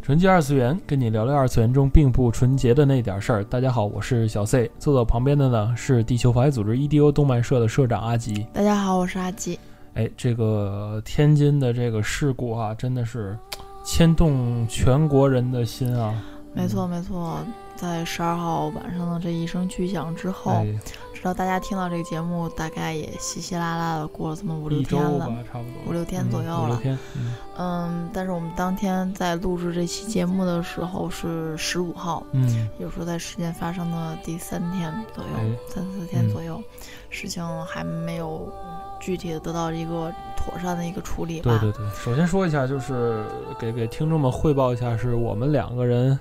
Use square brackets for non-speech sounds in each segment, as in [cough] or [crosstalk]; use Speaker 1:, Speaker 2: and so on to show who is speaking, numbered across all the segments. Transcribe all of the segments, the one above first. Speaker 1: 纯洁二次元，跟你聊聊二次元中并不纯洁的那点事儿。大家好，我是小 C，坐在我旁边的呢是地球防卫组织 EDO 动漫社的社长阿吉。
Speaker 2: 大家好，我是阿吉。
Speaker 1: 哎，这个天津的这个事故啊，真的是牵动全国人的心啊！
Speaker 2: 没错，没错，在十二号晚上的这一声巨响之后，
Speaker 1: 哎，
Speaker 2: 知道大家听到这个节目，大概也稀稀拉拉的过了这么五六
Speaker 1: 一周
Speaker 2: 天
Speaker 1: 吧
Speaker 2: 了，，
Speaker 1: 差不多
Speaker 2: 五六天左右
Speaker 1: 嗯五六
Speaker 2: 了。
Speaker 1: 天，嗯
Speaker 2: 嗯，但是我们当天在录制这期节目的时候是十五号，
Speaker 1: 嗯，
Speaker 2: 也就是说在事件发生的第三天左右，
Speaker 1: 哎
Speaker 2: 三四天
Speaker 1: 嗯
Speaker 2: 左右，事情还没有具体的得到一个妥善的一个处理吧。
Speaker 1: 对对对。首先说一下，就是给给听众们汇报一下，是我们两个人。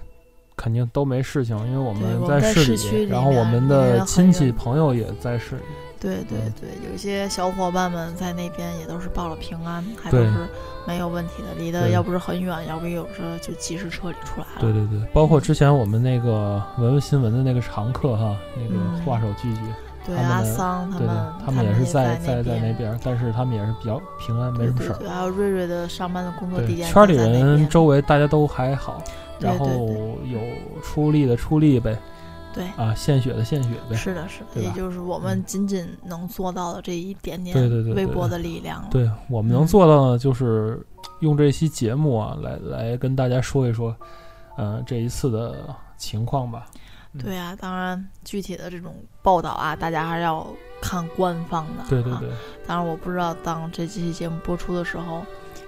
Speaker 1: 肯定都没事情，因为我
Speaker 2: 对
Speaker 1: 们
Speaker 2: 我们在
Speaker 1: 市
Speaker 2: 市区里
Speaker 1: 然后我
Speaker 2: 面
Speaker 1: 们
Speaker 2: 离
Speaker 1: 的
Speaker 2: 得
Speaker 1: 亲
Speaker 2: 很
Speaker 1: 戚
Speaker 2: 远
Speaker 1: 朋友也在市里。
Speaker 2: 对对
Speaker 1: 嗯
Speaker 2: 对，有一些小伙伴们在那边也都是报了平安，还都
Speaker 1: 对
Speaker 2: 是没有问题的，离得
Speaker 1: 对
Speaker 2: 要不是很远，要不有时就及时撤离出来了。
Speaker 1: 对对对，包括之前我们那个文文新闻的那个常客哈，那个
Speaker 2: 嗯
Speaker 1: 画手聚聚，
Speaker 2: 对
Speaker 1: 他们
Speaker 2: 阿
Speaker 1: 的
Speaker 2: 桑他
Speaker 1: 对对
Speaker 2: 们，，
Speaker 1: 他
Speaker 2: 们
Speaker 1: 也是
Speaker 2: 在
Speaker 1: 在在
Speaker 2: 边，
Speaker 1: 边儿，但是他们也是比较平安，没
Speaker 2: 对
Speaker 1: 什么
Speaker 2: 对
Speaker 1: 事儿。
Speaker 2: 对，还有瑞瑞的上班的工作地点
Speaker 1: 圈里
Speaker 2: 也在那
Speaker 1: 人
Speaker 2: 边
Speaker 1: 周围大家都还好，
Speaker 2: 对
Speaker 1: 然后
Speaker 2: 对
Speaker 1: 有出力的出力呗，
Speaker 2: 对
Speaker 1: 啊，献血的献血呗，
Speaker 2: 是的，是的，
Speaker 1: 对
Speaker 2: 也
Speaker 1: 吧
Speaker 2: 就是我们
Speaker 1: 嗯
Speaker 2: 仅仅能做到的这一点点
Speaker 1: 对对对
Speaker 2: 微
Speaker 1: 对
Speaker 2: 薄的力量了。
Speaker 1: 对我们能
Speaker 2: 嗯
Speaker 1: 做到的就是用这期节目啊，来来跟大家说一说，呃，这一次的情况吧。嗯
Speaker 2: 对啊，当然具体的这种报道啊，大家还是要看官方的。
Speaker 1: 对对
Speaker 2: 啊
Speaker 1: 对，
Speaker 2: 当然，我不知道当这期节目播出的时候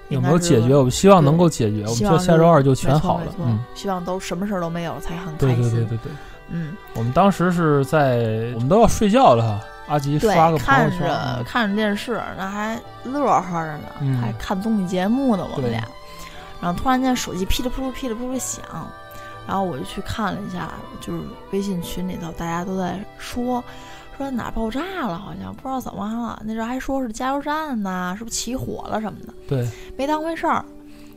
Speaker 1: 有
Speaker 2: 应
Speaker 1: 没
Speaker 2: 该
Speaker 1: 有
Speaker 2: 是
Speaker 1: 解决？我们希望能
Speaker 2: 对
Speaker 1: 够解决，我们
Speaker 2: 希
Speaker 1: 说
Speaker 2: 望
Speaker 1: 下
Speaker 2: 是
Speaker 1: 周二就
Speaker 2: 没
Speaker 1: 全
Speaker 2: 错
Speaker 1: 好
Speaker 2: 没
Speaker 1: 了。
Speaker 2: 错
Speaker 1: 嗯，
Speaker 2: 希望都什么事儿都没有才很开
Speaker 1: 对
Speaker 2: 心。
Speaker 1: 对对对对。
Speaker 2: 嗯，
Speaker 1: 我们当时是在我们都要睡觉了哈，阿吉
Speaker 2: 对
Speaker 1: 刷个，朋友
Speaker 2: 看
Speaker 1: 圈啊
Speaker 2: 着
Speaker 1: 儿，
Speaker 2: 看着电视，那还乐呵着呢，
Speaker 1: 嗯
Speaker 2: 还看综艺节目呢，我们
Speaker 1: 对
Speaker 2: 俩。然后突然间手机噼里扑噜噼里扑噜响，然后我就去看了一下，就是微信群里头大家都在说。说哪儿爆炸了，好像不知道怎么了。那时候还说是加油站呐、是不是起火了什么的，
Speaker 1: 对
Speaker 2: 没当回事儿。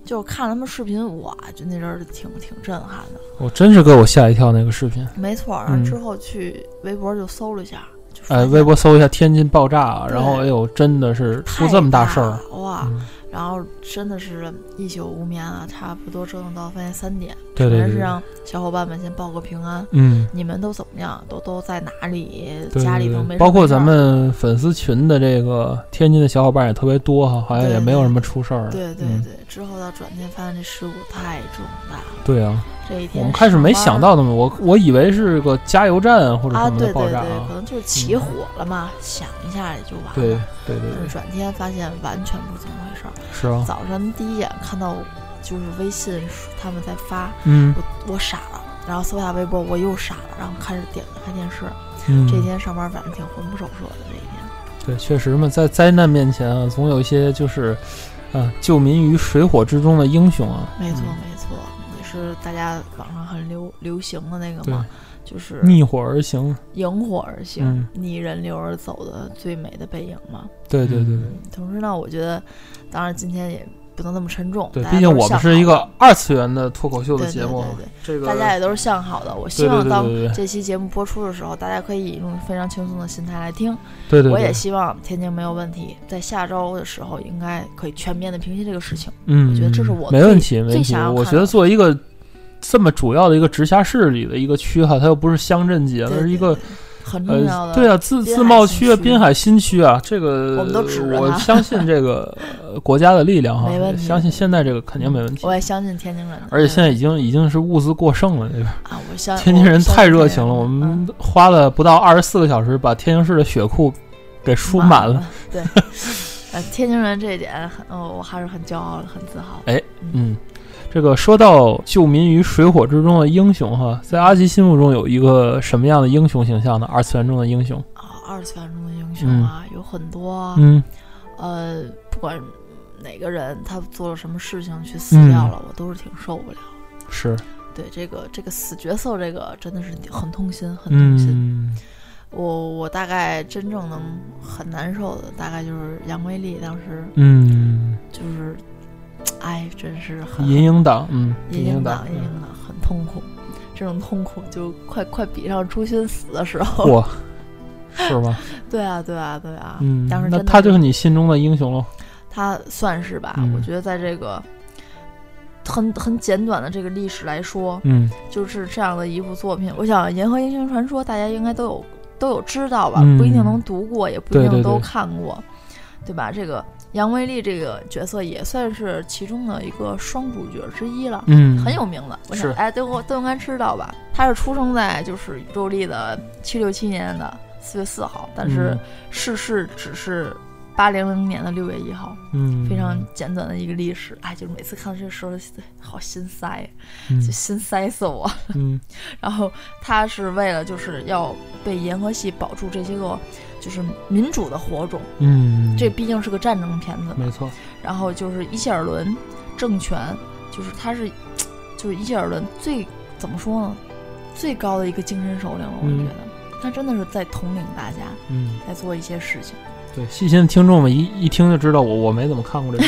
Speaker 2: 就看他们视频，哇，就那阵儿挺挺震撼的。
Speaker 1: 我真是给我吓一跳那个视频。
Speaker 2: 没错儿，然后
Speaker 1: 嗯
Speaker 2: 之后去微博就搜了一下，就发
Speaker 1: 哎，
Speaker 2: 现
Speaker 1: 微博搜一下天津爆炸，
Speaker 2: 对
Speaker 1: 然后哎呦，真的是
Speaker 2: 太
Speaker 1: 出这么
Speaker 2: 大
Speaker 1: 事儿
Speaker 2: 了，哇！
Speaker 1: 嗯，
Speaker 2: 然后真的是一宿无眠啊，差不多折腾到半夜三点，
Speaker 1: 对对
Speaker 2: 还
Speaker 1: 对
Speaker 2: 是
Speaker 1: 对，
Speaker 2: 让小伙伴们先报个平安。
Speaker 1: 嗯，
Speaker 2: 你们都怎么样？都都在哪里？
Speaker 1: 对
Speaker 2: 家
Speaker 1: 对
Speaker 2: 里头
Speaker 1: 对，
Speaker 2: 没事
Speaker 1: 包括
Speaker 2: 没事
Speaker 1: 咱
Speaker 2: 儿
Speaker 1: 们粉丝群的这个天津的小伙伴也特别多哈，好像
Speaker 2: 对
Speaker 1: 也
Speaker 2: 对
Speaker 1: 没有什么出事儿。
Speaker 2: 对对
Speaker 1: 嗯
Speaker 2: 对，之后到转天发现这事故太重大了。
Speaker 1: 对啊，
Speaker 2: 这一天
Speaker 1: 我们开始没想
Speaker 2: 上
Speaker 1: 到那么，我我以为是个加油站或者
Speaker 2: 班儿
Speaker 1: 什
Speaker 2: 啊，
Speaker 1: 么
Speaker 2: 对
Speaker 1: 的
Speaker 2: 对
Speaker 1: 爆炸
Speaker 2: 对，可
Speaker 1: 啊，
Speaker 2: 能就是起火了嘛，想一下也就完了。
Speaker 1: 对对对
Speaker 2: 但
Speaker 1: 对
Speaker 2: 是，转天发现完全不是这么回事儿。
Speaker 1: 是啊，
Speaker 2: 嗯早上第一眼看到就是微信他们在发，
Speaker 1: 嗯
Speaker 2: 我我傻了，然后搜下微博我又傻了，然后开始点开电视。
Speaker 1: 嗯，
Speaker 2: 这一天上班反正挺魂不守舍的这一天。
Speaker 1: 对，确实嘛，在灾难面前啊，总有一些就是，啊，救民于水火之中的英雄啊。
Speaker 2: 没错
Speaker 1: 嗯
Speaker 2: 没错，也是大家网上很流流行的那个
Speaker 1: 对
Speaker 2: 嘛，就是
Speaker 1: 逆火而行。
Speaker 2: 迎火而行，
Speaker 1: 嗯
Speaker 2: 逆人流而走的最美的背影嘛。
Speaker 1: 对对对对
Speaker 2: 同时呢，我觉得，当然今天也不能那么沉重，
Speaker 1: 对，
Speaker 2: 大
Speaker 1: 毕
Speaker 2: 家
Speaker 1: 竟
Speaker 2: 都
Speaker 1: 我
Speaker 2: 向
Speaker 1: 们
Speaker 2: 好
Speaker 1: 是一个二次元的脱口秀
Speaker 2: 对
Speaker 1: 的
Speaker 2: 对
Speaker 1: 节
Speaker 2: 对
Speaker 1: 目，啊
Speaker 2: 对
Speaker 1: 这个
Speaker 2: 大家也都是向好的。我希
Speaker 1: 对对
Speaker 2: 望
Speaker 1: 对
Speaker 2: 当
Speaker 1: 对对
Speaker 2: 这期节目播出的时候，大家可以以一种非常轻松的心态来听。
Speaker 1: 对对对，
Speaker 2: 我也希望天津没有问题，在下周的时候应该可以全面的平息这个事情。
Speaker 1: 嗯，
Speaker 2: 我觉得这是我
Speaker 1: 没
Speaker 2: 最
Speaker 1: 问题，没
Speaker 2: 最
Speaker 1: 问题。
Speaker 2: 想要
Speaker 1: 我
Speaker 2: 看
Speaker 1: 觉得
Speaker 2: 到
Speaker 1: 作为一个这么主要的一个直辖市里的一个区哈，它又不是乡镇级，啊它
Speaker 2: 对
Speaker 1: 是一
Speaker 2: 对
Speaker 1: 个
Speaker 2: 对很重要
Speaker 1: 呃，
Speaker 2: 的，
Speaker 1: 对啊，自自
Speaker 2: 滨海
Speaker 1: 贸
Speaker 2: 新
Speaker 1: 区啊，
Speaker 2: 区
Speaker 1: 滨海新区啊，这个
Speaker 2: 我们都指着
Speaker 1: 我
Speaker 2: 它
Speaker 1: 相信这
Speaker 2: [laughs]
Speaker 1: 个呃国家的力量哈
Speaker 2: 没问，题
Speaker 1: 相信现在这个肯定没问题
Speaker 2: 我。也相信天津人的，
Speaker 1: 而且现在已经已经是物资过剩了，这个
Speaker 2: 啊，我相
Speaker 1: 天津人
Speaker 2: 我相信
Speaker 1: 太热情了。
Speaker 2: 人
Speaker 1: 我们
Speaker 2: 嗯
Speaker 1: 花了不到二十四个小时把天津市的血库给输满了。
Speaker 2: 了，对， [laughs] 呃，天津人这一点很，哦，我还是很骄傲的，很自豪的。
Speaker 1: 哎，嗯，这个说到救民于水火之中的英雄哈，在阿吉心目中有一个什么样的英雄形象呢？二次元中的英雄，
Speaker 2: 啊啊，二次元中的英雄啊，有很多啊，
Speaker 1: 嗯
Speaker 2: 呃，不管哪个人他做了什么事情去死掉
Speaker 1: 嗯
Speaker 2: 了，我都是挺受不了。
Speaker 1: 是，
Speaker 2: 对这个这个死角色，这个真的是很痛心，很痛心。
Speaker 1: 嗯，
Speaker 2: 我我大概真正能很难受的，大概就是杨威利当时
Speaker 1: 嗯，
Speaker 2: 就是，哎，真是很
Speaker 1: 银鹰党，嗯，
Speaker 2: 阴
Speaker 1: 鹰
Speaker 2: 影
Speaker 1: 党
Speaker 2: 党，，阴影党很痛苦，这种痛苦就快快比上朱勋死的时候。
Speaker 1: 嚯，是吗？
Speaker 2: 对啊，对啊，对啊，
Speaker 1: 嗯，
Speaker 2: 当时
Speaker 1: 那
Speaker 2: 真的
Speaker 1: 他就是你心中的英雄喽。
Speaker 2: 他算是吧，
Speaker 1: 嗯
Speaker 2: 我觉得在这个很很简短的这个历史来说，
Speaker 1: 嗯
Speaker 2: 就是这样的一部作品。我想《银河英雄传说》大家应该都有都有知道吧，
Speaker 1: 嗯
Speaker 2: 不一定能读过，也不
Speaker 1: 对
Speaker 2: 一定
Speaker 1: 对
Speaker 2: 都
Speaker 1: 对
Speaker 2: 看过，对吧？这个杨威利这个角色也算是其中的一个双主角之一了。
Speaker 1: 嗯，
Speaker 2: 很有名的，我想
Speaker 1: 是
Speaker 2: 大家都都应该知道吧？他是出生在就是宇宙力的七六七年的四月四号，但是
Speaker 1: 嗯
Speaker 2: 逝世只是八零零年的六月一号，
Speaker 1: 嗯
Speaker 2: 非常简短的一个历史。哎，就是每次看到这个时候，好心塞，
Speaker 1: 嗯
Speaker 2: 就心塞死我。
Speaker 1: 嗯
Speaker 2: 然后他是为了就是要被沿河系保住这些个就是民主的火种，
Speaker 1: 嗯，
Speaker 2: 这毕竟是个战争片子嘛，
Speaker 1: 没错，
Speaker 2: 然后就是伊切尔伦政权，就是他是就是伊切尔伦最怎么说呢，最高的一个精神首领了，我
Speaker 1: 嗯
Speaker 2: 觉得、他真的是在统领大家，
Speaker 1: 嗯，
Speaker 2: 在做一些事情。
Speaker 1: 对，细心的听众们一一听就知道我我没怎么看过这个。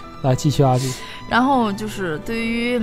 Speaker 2: [laughs]
Speaker 1: 来继续啊，继续，
Speaker 2: 然后就是对于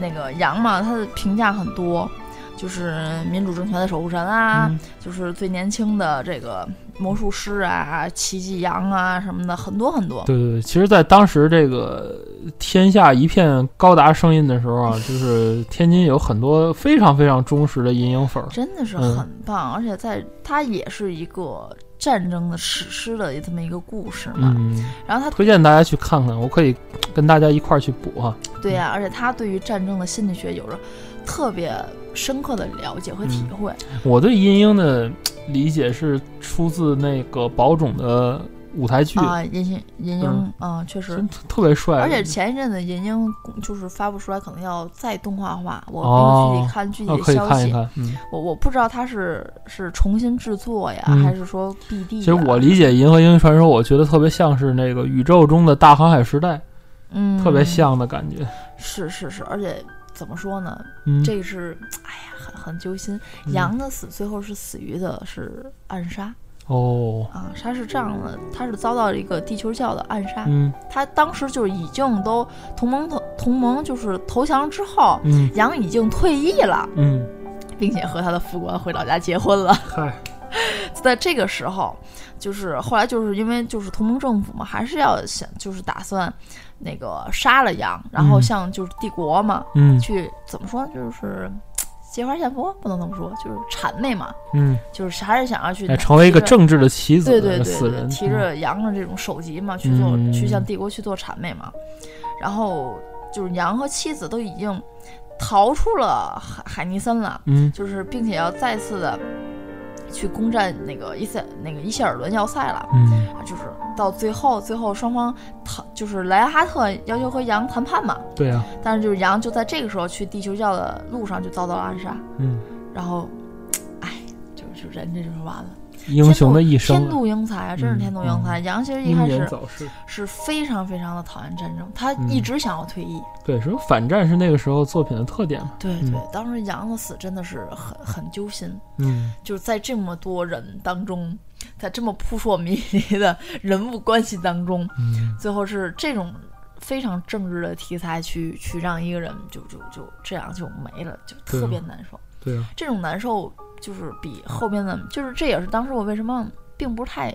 Speaker 2: 那个杨嘛，他的评价很多，就是民主政权的守护神啊，
Speaker 1: 嗯
Speaker 2: 就是最年轻的这个魔术师啊、奇迹羊啊什么的，很多很多。
Speaker 1: 对对对，其实，在当时这个天下一片高达声音的时
Speaker 2: [laughs]
Speaker 1: 候啊，就是天津有很多非常非常忠实的银鹰
Speaker 2: [laughs]
Speaker 1: 粉儿。
Speaker 2: 真的是
Speaker 1: 嗯
Speaker 2: 很棒，而且在它也是一个战争的史诗的这么一个故事嘛。
Speaker 1: 嗯，
Speaker 2: 然后它
Speaker 1: 推荐大家去看看，我可以跟大家一块儿去补哈。
Speaker 2: 对呀、而且它对于战争的心理学有着特别深刻的了解和体会。
Speaker 1: 我对银鹰的理解是出自那个宝冢的舞台剧，
Speaker 2: 啊，银鹰银鹰
Speaker 1: 嗯
Speaker 2: 啊、确实
Speaker 1: 真。特特别帅。
Speaker 2: 而且前一阵子银鹰就是发布出来，可能要再动画化，我
Speaker 1: 哦
Speaker 2: 没有具体看具
Speaker 1: 啊，
Speaker 2: 体
Speaker 1: 可
Speaker 2: 的
Speaker 1: 以
Speaker 2: 消
Speaker 1: 看
Speaker 2: 息，
Speaker 1: 一看。嗯，
Speaker 2: 我我不知道它是是重新制作呀，
Speaker 1: 嗯
Speaker 2: 还是说 BD 呀。
Speaker 1: 其实我理解《银河英雄传说》，我觉得特别像是那个宇宙中的大航海时代，
Speaker 2: 嗯
Speaker 1: 特别像的感觉。
Speaker 2: 是是是，而且怎么说呢，
Speaker 1: 嗯，
Speaker 2: 这是，哎呀，很很揪心。
Speaker 1: 嗯
Speaker 2: 羊的死最后是死于的是暗杀
Speaker 1: 哦，
Speaker 2: 啊，他是这样的，他是遭到了一个地球教的暗杀。
Speaker 1: 嗯
Speaker 2: 他当时就是已经都同盟同同盟就是投降之后，
Speaker 1: 嗯
Speaker 2: 羊已经退役了，
Speaker 1: 嗯，
Speaker 2: 并且和他的副官回老家结婚了。
Speaker 1: 嗨，
Speaker 2: 就 [laughs] 在这个时候，就是后来就是因为就是同盟政府嘛，还是要想就是打算那个杀了羊，然后
Speaker 1: 嗯
Speaker 2: 像就是帝国嘛，
Speaker 1: 嗯
Speaker 2: 去怎么说呢，就是嘖借花献佛，不能这么说，就是谄媚嘛，
Speaker 1: 嗯，
Speaker 2: 就是还是想要去
Speaker 1: 哎，成为一个
Speaker 2: 提着。
Speaker 1: 政治的棋子，
Speaker 2: 对对
Speaker 1: 死
Speaker 2: 对对，
Speaker 1: 人，
Speaker 2: 提着羊的这种首级嘛，去做
Speaker 1: 嗯
Speaker 2: 去向帝国去做谄媚嘛，然后就是羊和妻子都已经逃出了海海尼森了，
Speaker 1: 嗯，
Speaker 2: 就是并且要再次的去攻占那个伊塞那个伊谢尔伦要塞了，
Speaker 1: 嗯嗯，
Speaker 2: 啊就是到最后最后双方谈就是莱昂哈特要求和羊谈判嘛，
Speaker 1: 对啊，
Speaker 2: 但是就是羊就在这个时候去地球教的路上就遭到了暗杀，
Speaker 1: 嗯，
Speaker 2: 然后，哎，就就人这就是完了。
Speaker 1: 英雄的一
Speaker 2: 天
Speaker 1: 生啊，嗯
Speaker 2: 妒英才啊，真是天妒英才。杨其实一
Speaker 1: 英
Speaker 2: 开
Speaker 1: 年
Speaker 2: 始
Speaker 1: 早逝。
Speaker 2: 是非常非常的讨厌战争，他
Speaker 1: 嗯
Speaker 2: 一直想要退役。
Speaker 1: 对，说反战是那个时候作品的特点嘛。
Speaker 2: 对
Speaker 1: 嗯
Speaker 2: 对，当时杨的死真的是很很揪心，
Speaker 1: 嗯，
Speaker 2: 就是在这么多人当中，在这么扑朔迷离的人物关系当中，
Speaker 1: 嗯
Speaker 2: 最后是这种非常政治的题材去去让一个人就就就这样就没了，就
Speaker 1: 对
Speaker 2: 特别难受。
Speaker 1: 对啊，
Speaker 2: 这种难受就是比后边的，就是这也是当时我为什么并不是太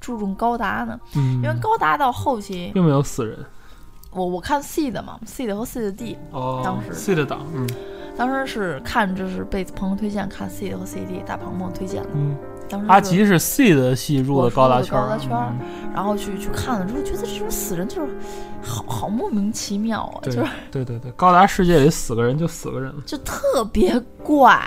Speaker 2: 注重高达呢？
Speaker 1: 嗯，
Speaker 2: 因为高达到后期，
Speaker 1: 并没有死人。
Speaker 2: 我我看 C 的嘛，C 的和 C 的 D，
Speaker 1: 哦，
Speaker 2: 当时
Speaker 1: C 的党，嗯
Speaker 2: 当时是看就是被朋友推荐看 C 的和 C D，大鹏给我推荐的，
Speaker 1: 嗯，
Speaker 2: 当时
Speaker 1: 阿
Speaker 2: 就
Speaker 1: 吉是 C 的系入的高达圈儿，
Speaker 2: 我是入的高达圈儿
Speaker 1: 嗯
Speaker 2: 然后去去看了之后，觉得这种死人就是好好莫名其妙啊，
Speaker 1: 对
Speaker 2: [laughs] 就是
Speaker 1: 嗯对对对，高达世界里死个人就死个人，
Speaker 2: 就特别怪，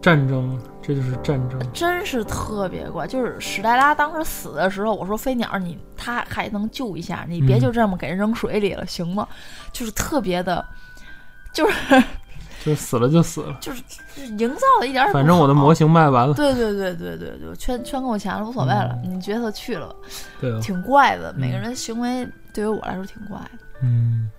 Speaker 1: 战争，这就是战争。
Speaker 2: 真是特别怪。就是史黛拉当时死的时候，我说飞鸟你他还能救一下，你别
Speaker 1: 嗯
Speaker 2: 就这么给人扔水里了，行吗？就是特别的，就是，
Speaker 1: 就是死了就死了
Speaker 2: 就是就是营造的一点儿也不
Speaker 1: 反正我的
Speaker 2: 好
Speaker 1: 模型卖完了。
Speaker 2: 对对对对对对，圈圈够钱了，无所谓了，你角色去了，
Speaker 1: 对啊，
Speaker 2: 挺怪的。每个
Speaker 1: 嗯
Speaker 2: 人行为对于我来说挺怪的，
Speaker 1: 嗯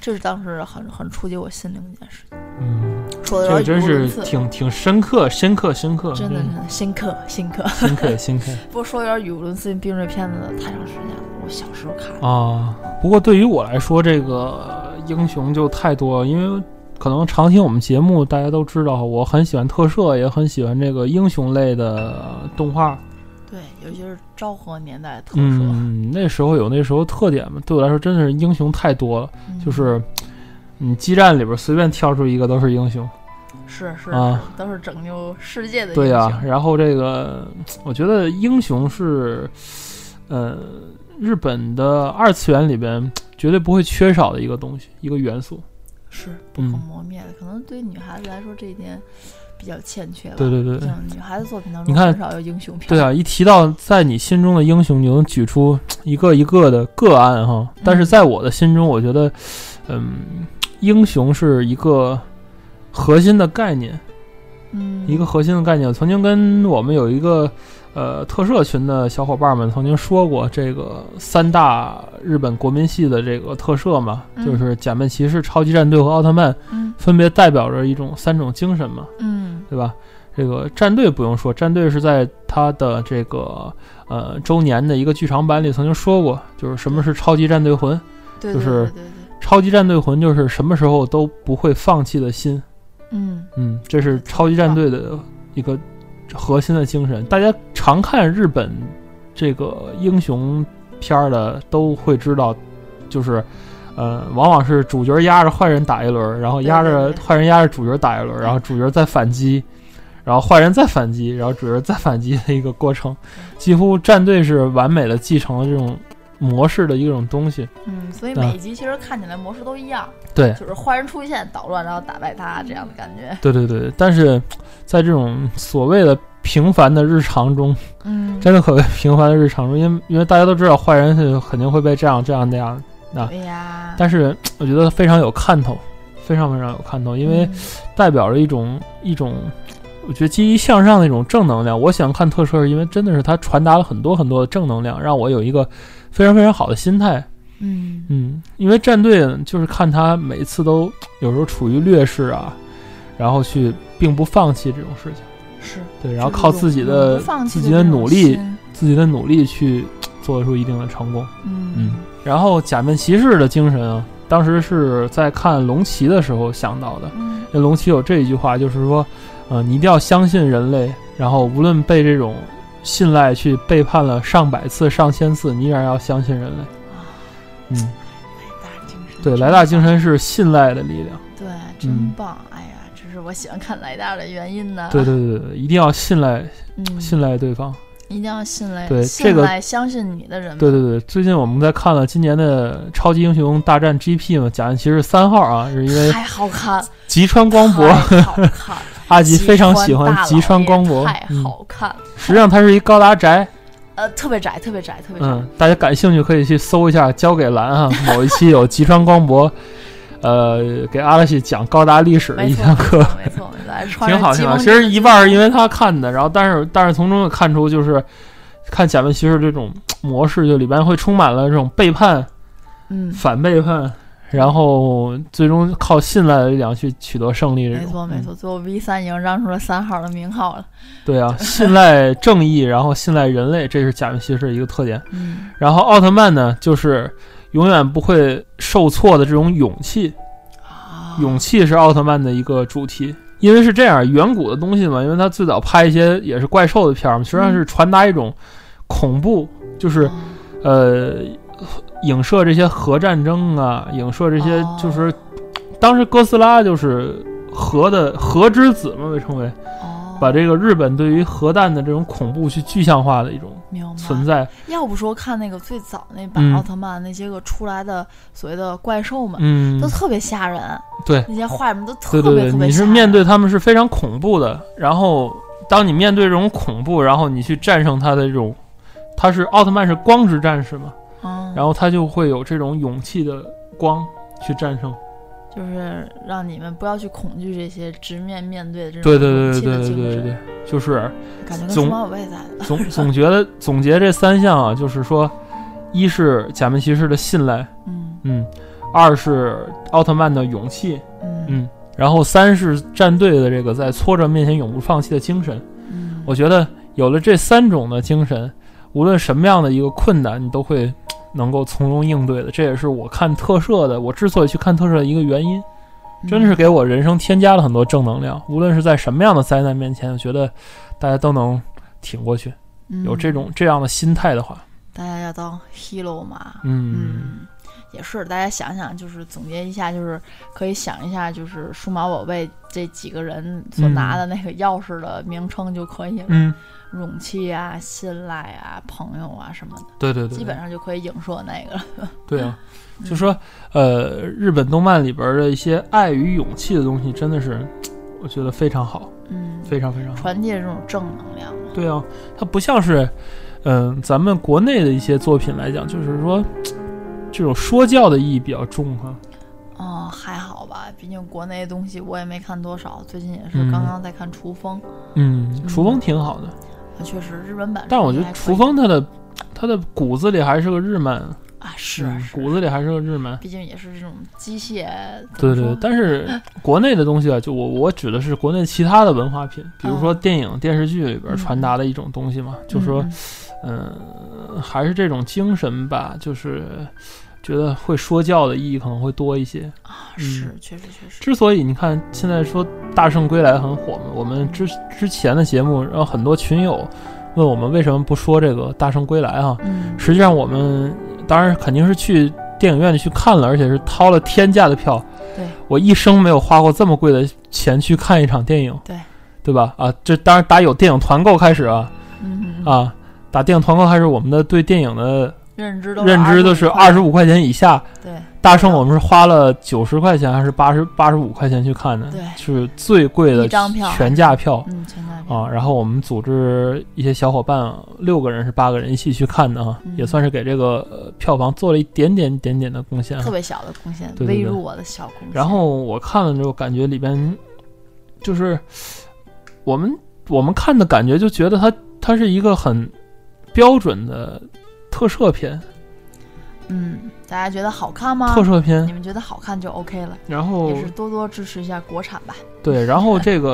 Speaker 2: 这是当时很很触及我心灵的一件事情，
Speaker 1: 嗯，
Speaker 2: 说
Speaker 1: 这
Speaker 2: 的有
Speaker 1: 个真
Speaker 2: 点语无伦
Speaker 1: 是
Speaker 2: 次，
Speaker 1: 挺嗯挺深刻，深刻，深刻，
Speaker 2: 真的真的深刻深 [laughs] 刻。
Speaker 1: 深刻，深刻
Speaker 2: 不过说有点语无伦次，并这片子太长时间了，我小时候看的，
Speaker 1: 啊！不过对于我来说，这个英雄就太多了，因为可能常听我们节目，大家都知道，我很喜欢特摄，也很喜欢这个英雄类的动画。
Speaker 2: 对，尤其是昭和年代的特摄，
Speaker 1: 嗯，那时候有那时候特点嘛，对我来说真的是英雄太多了，
Speaker 2: 嗯
Speaker 1: 就是你基站里边随便挑出一个都是英雄。
Speaker 2: 是是
Speaker 1: 啊
Speaker 2: 是都是拯救世界的
Speaker 1: 对
Speaker 2: 英
Speaker 1: 呀、嗯
Speaker 2: 雄
Speaker 1: 然后这个我觉得英雄是，呃，日本的二次元里边绝对不会缺少的一个东西，一个元素。
Speaker 2: 是不可
Speaker 1: 嗯，
Speaker 2: 磨灭的，可能对于女孩子来说这一点比较欠缺吧。
Speaker 1: 对对对对
Speaker 2: 像女孩子作品当
Speaker 1: 你
Speaker 2: 中
Speaker 1: 看
Speaker 2: 很少有英雄片。
Speaker 1: 对啊，一提到在你心中的英雄，你就能举出一个一个的个案哈。但是在我的心中，我觉得，嗯，英雄是一个核心的概念。
Speaker 2: 嗯，
Speaker 1: 一个核心的概念。我曾经跟我们有一个呃特摄群的小伙伴们曾经说过，这个三大日本国民系的这个特摄嘛，
Speaker 2: 嗯
Speaker 1: 就是假面骑士、超级战队和奥特曼，
Speaker 2: 嗯
Speaker 1: 分别代表着一种三种精神嘛，
Speaker 2: 嗯
Speaker 1: 对吧？这个战队不用说，战队是在它的这个呃周年的一个剧场版里曾经说过，就是什么是超级战队魂。
Speaker 2: 对
Speaker 1: 就
Speaker 2: 对
Speaker 1: 是
Speaker 2: 对对对，
Speaker 1: 超级战队魂就是什么时候都不会放弃的心，
Speaker 2: 嗯
Speaker 1: 嗯，这是超级战队的一个核心的精神。大家常看日本这个英雄片儿的，都会知道，就是，呃，往往是主角压着坏人打一轮，然后压
Speaker 2: 对
Speaker 1: 着
Speaker 2: 对对
Speaker 1: 坏人压着主角打一轮，然后主角再反击，然后坏人再反击，然后主角再反击的一个过程。几乎战队是完美的继承了这种模式的一种东西。
Speaker 2: 嗯，所以
Speaker 1: 啊
Speaker 2: 每一集其实看起来模式都一样，
Speaker 1: 对，
Speaker 2: 就是坏人出现捣乱，然后打败他这样的感觉。
Speaker 1: 对对对，但是在这种所谓的平凡的日常中。
Speaker 2: 嗯，
Speaker 1: 真的可谓平凡的日常中，因为因为大家都知道坏人是肯定会被这样这样那样，啊
Speaker 2: 对呀，
Speaker 1: 但是我觉得非常有看头，非常非常有看头，因为
Speaker 2: 嗯
Speaker 1: 代表着一种一种，我觉得积极向上的一种正能量。我喜欢看特摄，是因为真的是它传达了很多很多的正能量，让我有一个非常非常好的心态。
Speaker 2: 嗯
Speaker 1: 嗯，因为战队就是看他每次都有时候处于劣势啊，然后去并不放弃这种事情，
Speaker 2: 是，
Speaker 1: 对，嗯然后
Speaker 2: 就是
Speaker 1: 靠
Speaker 2: 永
Speaker 1: 自己
Speaker 2: 永
Speaker 1: 的
Speaker 2: 不放
Speaker 1: 自
Speaker 2: 弃
Speaker 1: 己
Speaker 2: 的
Speaker 1: 的
Speaker 2: 这种
Speaker 1: 努力
Speaker 2: 心，
Speaker 1: 自己的努力去做出一定的成功。嗯
Speaker 2: 嗯，
Speaker 1: 然后假面骑士的精神啊，当时是在看龙骑的时候想到的。
Speaker 2: 嗯
Speaker 1: 那龙骑有这一句话，就是说，呃，你一定要相信人类，然后无论被这种信赖去背叛了上百次、上千次，你依然要相信人类。
Speaker 2: 啊，
Speaker 1: 嗯，
Speaker 2: 来大精神，
Speaker 1: 对，
Speaker 2: 真
Speaker 1: 莱大
Speaker 2: 棒
Speaker 1: 精神是信赖的力量。
Speaker 2: 对，
Speaker 1: 嗯
Speaker 2: 真棒！哎呀，这是我喜欢看莱大的原因呢。
Speaker 1: 对，对对对，一定要信赖
Speaker 2: 嗯，
Speaker 1: 信赖对方。
Speaker 2: 一定要信赖，
Speaker 1: 对这
Speaker 2: 信
Speaker 1: 个
Speaker 2: 赖相信你的人。
Speaker 1: 对，对对，最近我们在看了今年的《超级英雄大战 GP》嘛，假面骑士三号啊，是因为
Speaker 2: 太好看，
Speaker 1: 吉川光博
Speaker 2: 太好看，
Speaker 1: [laughs] 阿吉非常喜欢吉川光博，
Speaker 2: 太
Speaker 1: 嗯
Speaker 2: 好看了，
Speaker 1: 实际上它是一高达宅，
Speaker 2: 呃，特别窄，特别窄，特别窄
Speaker 1: 嗯。，大家感兴趣可以去搜一下，交给蓝
Speaker 2: [laughs]
Speaker 1: 啊，某一期有吉川光博，呃，给阿拉西讲高达历史的
Speaker 2: 没
Speaker 1: 一
Speaker 2: 错，
Speaker 1: 堂课，
Speaker 2: 没错，没错，还穿
Speaker 1: [laughs]
Speaker 2: 着
Speaker 1: 挺好
Speaker 2: 吉
Speaker 1: 挺好。
Speaker 2: 蒙
Speaker 1: 其实
Speaker 2: 尼
Speaker 1: 一半是因为他看的，然后但是但是从中也看出就是看假面骑士这种模式，就里边会充满了这种背叛、
Speaker 2: 嗯，
Speaker 1: 反背叛，然后最终靠信赖的力量去取得胜利，这
Speaker 2: 没
Speaker 1: 种
Speaker 2: 错，没
Speaker 1: 嗯
Speaker 2: 错，最后 V 三已经让出了三号的名号了。
Speaker 1: 对啊，信赖正义，然后信赖人类，这是假面骑士的一个特点。
Speaker 2: 嗯，
Speaker 1: 然后奥特曼呢，就是永远不会受挫的这种勇气，
Speaker 2: 啊，
Speaker 1: 勇气是奥特曼的一个主题。因为是这样，远古的东西嘛，因为他最早拍一些也是怪兽的片儿嘛，实际上是传达一种恐怖，就是
Speaker 2: 啊
Speaker 1: 呃，影射这些核战争啊，影射这些
Speaker 2: 哦
Speaker 1: 就是呃当时哥斯拉就是核的核之子嘛，被称为。
Speaker 2: 哦，
Speaker 1: 把这个日本对于核弹的这种恐怖去具象化的一种
Speaker 2: 明白
Speaker 1: 存在。
Speaker 2: 要不说看那个最早那版
Speaker 1: 嗯
Speaker 2: 奥特曼那些个出来的所谓的怪兽们，
Speaker 1: 嗯
Speaker 2: 都，特别吓人，
Speaker 1: 对
Speaker 2: 那些坏人都
Speaker 1: 对
Speaker 2: 特别特
Speaker 1: 对
Speaker 2: 别
Speaker 1: 对，
Speaker 2: 吓人。
Speaker 1: 你是面对他们是非常恐怖的，然后当你面对这种恐怖，然后你去战胜他的这种，他是奥特曼是光之战士嘛，
Speaker 2: 嗯，
Speaker 1: 然后他就会有这种勇气的光去战胜。
Speaker 2: 就是让你们不要去恐惧这些直面面对的这种
Speaker 1: 对对对
Speaker 2: 嗯勇气
Speaker 1: 对
Speaker 2: 的
Speaker 1: 对
Speaker 2: 精
Speaker 1: 对
Speaker 2: 神
Speaker 1: 对，对，就是
Speaker 2: 感觉跟
Speaker 1: 总
Speaker 2: 数码宝贝在的。
Speaker 1: 总总觉得总结这三项啊，就是说，一是假面骑士的信赖，
Speaker 2: 嗯
Speaker 1: 嗯，二是奥特曼的勇气，
Speaker 2: 嗯
Speaker 1: 嗯，然后三是战队的这个在挫折面前永不放弃的精神。
Speaker 2: 嗯，
Speaker 1: 我觉得有了这三种的精神，无论什么样的一个困难，你都会嘖能够从容应对的。这也是我看特摄的，我之所以去看特摄的一个原因，真的是给我人生添加了很多正能量。无论是在什么样的灾难面前，我觉得大家都能挺过去。
Speaker 2: 嗯
Speaker 1: 有这种这样的心态的话，
Speaker 2: 大家要当 hero 嘛，
Speaker 1: 嗯，
Speaker 2: 嗯，也是，大家想想，就是总结一下，就是可以想一下，就是数码宝贝这几个人所拿的那个钥匙的名称就可以了，
Speaker 1: 嗯，
Speaker 2: 勇气啊、信赖啊、朋友啊什么的，
Speaker 1: 对对对，对
Speaker 2: 基本上就嗯可以影射那个了。
Speaker 1: 对啊，就说呃，日本动漫里边的一些爱与勇气的东西，真的是我觉得非常好，
Speaker 2: 嗯，
Speaker 1: 非常非常好。
Speaker 2: 传递这种正能量嘛。
Speaker 1: 对啊，它不像是嗯、咱们国内的一些作品来讲，就是说这种说教的意义比较重哈、
Speaker 2: 哦，还好吧，毕竟国内东西我也没看多少，最近也是
Speaker 1: 嗯
Speaker 2: 刚刚在看《厨风》
Speaker 1: 嗯，厨风挺好的，
Speaker 2: 啊确实日本版，
Speaker 1: 但是我觉得厨风它的它的骨子里还是个日漫，
Speaker 2: 啊是
Speaker 1: 嗯
Speaker 2: 是，
Speaker 1: 骨子里还是个日漫。
Speaker 2: 毕竟也是这种机械，怎
Speaker 1: 对对，
Speaker 2: 么说
Speaker 1: 对但是
Speaker 2: [laughs]
Speaker 1: 国内的东西啊，就我我指的是国内其他的文化品，比如说
Speaker 2: 嗯
Speaker 1: 电影、电视剧里边
Speaker 2: 嗯
Speaker 1: 传达的一种东西嘛，就说
Speaker 2: 嗯嗯
Speaker 1: 嗯，还是这种精神吧，就是觉得会说教的意义可能会多一些。
Speaker 2: 啊
Speaker 1: 嗯
Speaker 2: 是确实确实，
Speaker 1: 之所以你看现在说《大圣归来》很火嘛，我们之之前的节目，然后很多群友问我们为什么不说这个《大圣归来》啊？
Speaker 2: 嗯
Speaker 1: 实际上我们当然肯定是去电影院里去看了，而且是掏了天价的票。
Speaker 2: 对，
Speaker 1: 我一生没有花过这么贵的钱去看一场电影。
Speaker 2: 对，
Speaker 1: 对吧？啊，这当然打有电影团购开始啊
Speaker 2: 嗯嗯嗯
Speaker 1: 啊，打电影团购开始，我们的对电影的
Speaker 2: 认知都
Speaker 1: 认知都是二十
Speaker 2: 五，
Speaker 1: 五块钱以下。
Speaker 2: 对
Speaker 1: 大圣我们是花了九十块钱还是八十八十五块钱去看的
Speaker 2: 对，
Speaker 1: 是最贵的
Speaker 2: 一张票
Speaker 1: 全价票
Speaker 2: 嗯全家
Speaker 1: 啊。然后我们组织一些小伙伴，六个人是八个人一起去看的啊，
Speaker 2: 嗯
Speaker 1: 也算是给这个、呃票房做了一点点点点的贡献啊
Speaker 2: 特。别小的贡献，
Speaker 1: 对对
Speaker 2: 微
Speaker 1: 对
Speaker 2: 弱的小贡献，
Speaker 1: 然后我看了之后，感觉里边就是我们我们看的感觉，就觉得它它是一个很标准的特摄片，
Speaker 2: 嗯，大家觉得好看吗？
Speaker 1: 特摄片
Speaker 2: 你。们觉得好看就 OK 了，
Speaker 1: 然后
Speaker 2: 啊也是多多支持一下国产吧。
Speaker 1: 对，然后这个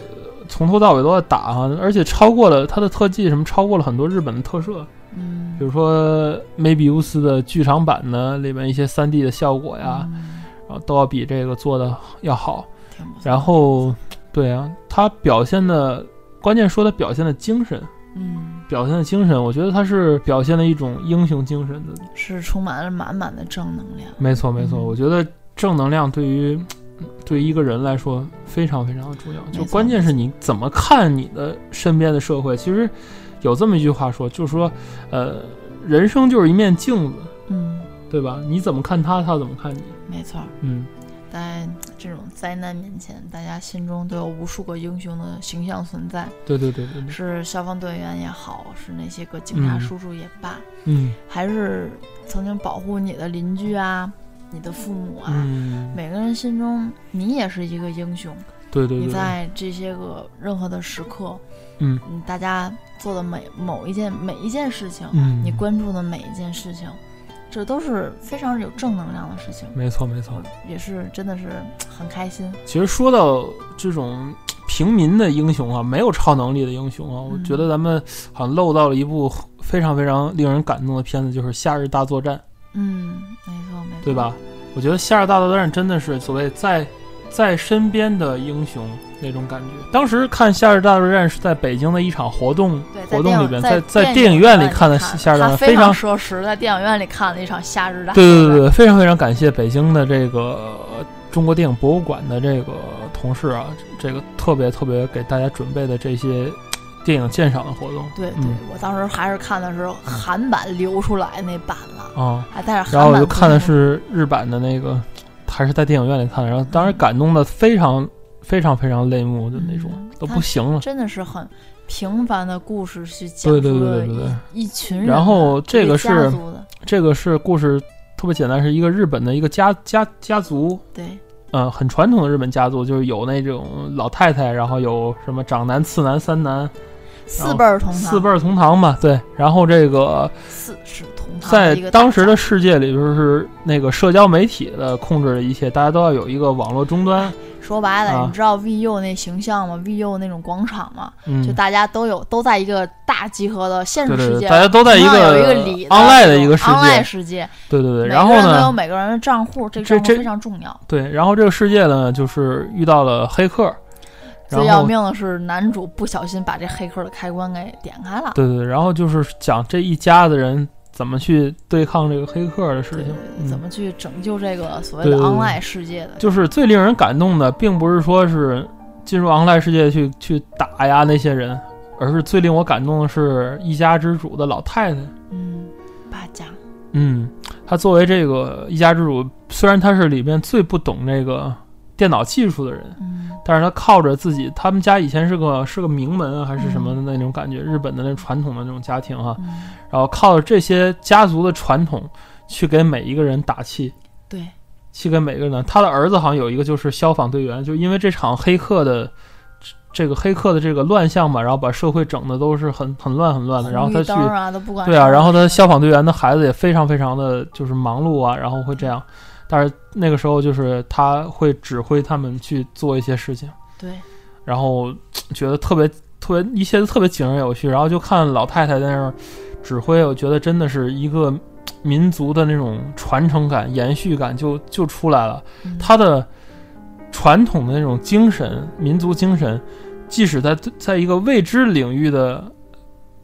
Speaker 1: 呃从头到尾都在打哈，而且超过了它的特技什么，超过了很多日本的特摄，
Speaker 2: 嗯，
Speaker 1: 比如说梅比乌斯的剧场版呢，里面一些 3D 的效果呀，
Speaker 2: 嗯
Speaker 1: 然后都要比这个做的要好。
Speaker 2: 挺不错。
Speaker 1: 然后，对啊，它表现的，关键说它表现的精神，
Speaker 2: 嗯，
Speaker 1: 表现的精神，我觉得它是表现了一种英雄精神的。
Speaker 2: 是充满了满满的正能量。
Speaker 1: 没错，没错，
Speaker 2: 嗯
Speaker 1: 我觉得正能量对于对于一个人来说非常非常的重要。就
Speaker 2: 没错
Speaker 1: 关键是你怎么看你的身边的社会。其实有这么一句话说，就是说，呃，人生就是一面镜子，
Speaker 2: 嗯，
Speaker 1: 对吧？你怎么看他，他怎么看你。
Speaker 2: 没错儿。
Speaker 1: 嗯，
Speaker 2: 在这种灾难面前，大家心中都有无数个英雄的形象存在，
Speaker 1: 对对对对对，
Speaker 2: 是消防队员也好，是那些个警察
Speaker 1: 嗯
Speaker 2: 叔叔也罢，
Speaker 1: 嗯
Speaker 2: 还是曾经保护你的邻居啊、你的父母啊，
Speaker 1: 嗯，
Speaker 2: 每个人心中你也是一个英雄。
Speaker 1: 对对
Speaker 2: 你
Speaker 1: 对对，
Speaker 2: 在这些个任何的时刻，
Speaker 1: 嗯
Speaker 2: 大家做的每某一件每一件事情，
Speaker 1: 嗯，
Speaker 2: 你关注的每一件事情，这都是非常有正能量的事情，
Speaker 1: 没错没错。
Speaker 2: 也是真的是很开心。
Speaker 1: 其实说到这种平民的英雄啊，没有超能力的英雄啊，我
Speaker 2: 嗯
Speaker 1: 觉得咱们好像漏到了一部非常非常令人感动的片子，就是《夏日大作战》，
Speaker 2: 嗯，没错没错，
Speaker 1: 对吧？？
Speaker 2: 嗯
Speaker 1: 我觉得《夏日大作战》真的是所谓在在身边的英雄那种感觉。当时看《夏日大作战》是在北京的一场活动
Speaker 2: 对，在
Speaker 1: 活
Speaker 2: 电
Speaker 1: 动
Speaker 2: 影
Speaker 1: 里边，在
Speaker 2: 在
Speaker 1: 电影院里看
Speaker 2: 看
Speaker 1: 的《夏日大作战》，
Speaker 2: 他非
Speaker 1: 非常
Speaker 2: 奢侈，在电影院里看了一场夏日大
Speaker 1: 对对对
Speaker 2: 对，
Speaker 1: 对，非常非常感谢北京的这个呃中国电影博物馆的这个同事啊，这个特别特别给大家准备的这些嘖电影鉴赏的活动。
Speaker 2: 对
Speaker 1: 嗯
Speaker 2: 我当时还是看的是韩版流出来那版了，
Speaker 1: 啊、
Speaker 2: 还带着韩
Speaker 1: 然后
Speaker 2: 版
Speaker 1: 我就
Speaker 2: 字幕
Speaker 1: 看的是日版的那个，还是在电影院里看的，然后当时感动的非常非常非常泪目的那种，
Speaker 2: 嗯
Speaker 1: 都不行了。
Speaker 2: 真的是很平凡的故事去讲
Speaker 1: 对
Speaker 2: 述
Speaker 1: 对对
Speaker 2: 了
Speaker 1: 对对对，
Speaker 2: 一群人的，
Speaker 1: 然后这个是
Speaker 2: 一家族的，
Speaker 1: 这个是故事特别简单，是一个日本的一个家家家族，
Speaker 2: 对，
Speaker 1: 呃，很传统的日本家族，就是有那种老太太，然后有什么长男、次男、三男，
Speaker 2: 四辈儿同堂，
Speaker 1: 四辈儿同堂嘛，对。然后这个
Speaker 2: 四是同堂
Speaker 1: 在
Speaker 2: 的一个
Speaker 1: 当时
Speaker 2: 大
Speaker 1: 的
Speaker 2: 战
Speaker 1: 世界里，就是那个社交媒体的控制了一切，大家都要有一个网络终端。
Speaker 2: 说白了，
Speaker 1: 啊
Speaker 2: 你知道 VU 那形象吗？VU 那种广场吗？
Speaker 1: 嗯，
Speaker 2: 就大家都有都在一个大集合的现实
Speaker 1: 对对
Speaker 2: 世
Speaker 1: 对，
Speaker 2: 界，
Speaker 1: 大家都在一
Speaker 2: 同样有一
Speaker 1: 个
Speaker 2: 理
Speaker 1: online 的一个世
Speaker 2: online
Speaker 1: 界。
Speaker 2: 世界，
Speaker 1: 对对对，
Speaker 2: 每
Speaker 1: 然
Speaker 2: 个
Speaker 1: 后
Speaker 2: 人都有
Speaker 1: 呢，
Speaker 2: 每个人的账户，这个
Speaker 1: 这
Speaker 2: 账户
Speaker 1: 这
Speaker 2: 非常重要。
Speaker 1: 对，然后这个世界呢，就是遇到了黑客，然
Speaker 2: 最要
Speaker 1: 后
Speaker 2: 命的是，男主不小心把这黑客的开关给点开了。
Speaker 1: 对对，对然后就是讲这一家子人怎么去对抗这个黑客的事
Speaker 2: 对
Speaker 1: 情，嗯
Speaker 2: 怎么去拯救这个所谓
Speaker 1: 对
Speaker 2: 的
Speaker 1: 对对
Speaker 2: online 世界的？
Speaker 1: 就是最令人感动的，并不是说是进入 online 世界去去打压那些人，而是最令我感动的是一家之主的老太太。
Speaker 2: 嗯，八家
Speaker 1: 嗯，她作为这个一家之主，虽然她是里面最不懂这个电脑技术的人，
Speaker 2: 嗯，
Speaker 1: 但是她靠着自己，他们家以前是个是个名门啊，还是什么的那种感觉，日本的那传统的那种家庭哈、
Speaker 2: 嗯
Speaker 1: 然后靠着这些家族的传统去给每一个人打气，
Speaker 2: 对，
Speaker 1: 去给每个人打。他的儿子好像有一个就是消防队员，就因为这场黑客的这个黑客的这个乱象嘛，然后把社会整的都是很很乱很乱的，然后
Speaker 2: 红
Speaker 1: 他
Speaker 2: 绿
Speaker 1: 去
Speaker 2: 灯儿啊都不管
Speaker 1: 对啊，
Speaker 2: 用
Speaker 1: 然后他
Speaker 2: 了
Speaker 1: 消防队员的孩子也非常非常的就是忙碌啊，然后会这样。但是那个时候就是他会指挥他们去做一些事情，
Speaker 2: 对，
Speaker 1: 然后觉得特别特别一切都特别井然有序，然后就看老太太在那儿指挥，我觉得真的是一个民族的那种传承感、延续感就就出来了。
Speaker 2: 嗯
Speaker 1: 他的传统的那种精神、民族精神，即使在在一个未知领域的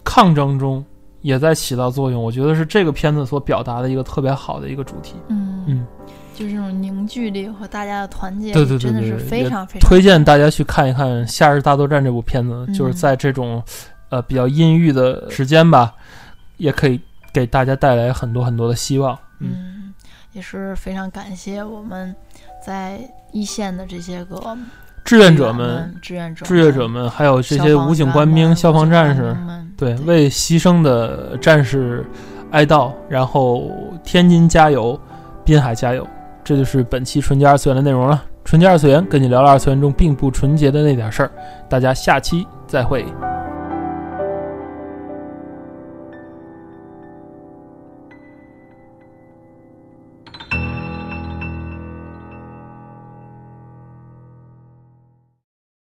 Speaker 1: 抗争中，也在起到作用。我觉得是这个片子所表达的一个特别好的一个主题。
Speaker 2: 嗯，
Speaker 1: 嗯，
Speaker 2: 就是这种凝聚力和大家的团结，
Speaker 1: 对对对
Speaker 2: 真的
Speaker 1: 对
Speaker 2: 是
Speaker 1: 对
Speaker 2: 非
Speaker 1: 也
Speaker 2: 常非常
Speaker 1: 推荐大家去看一看《夏日大作战》这部片子，就是
Speaker 2: 嗯
Speaker 1: 在这种呃比较阴郁的时间吧，也可以给大家带来很多很多的希望。嗯
Speaker 2: 嗯，也是非常感谢我们在一线的这些个
Speaker 1: 志愿者们、
Speaker 2: 们、志愿者、
Speaker 1: 志愿者们，还有这
Speaker 2: 消
Speaker 1: 些
Speaker 2: 防
Speaker 1: 武警
Speaker 2: 员
Speaker 1: 官兵、
Speaker 2: 们
Speaker 1: 消防战士，
Speaker 2: 们，
Speaker 1: 对，为牺牲的战士哀悼，然后天津加油，滨海加油，这就是本期纯洁二次元的内容了。纯洁二次元跟你聊聊二次元中并不纯洁的那点事儿，大家下期再会，拜拜。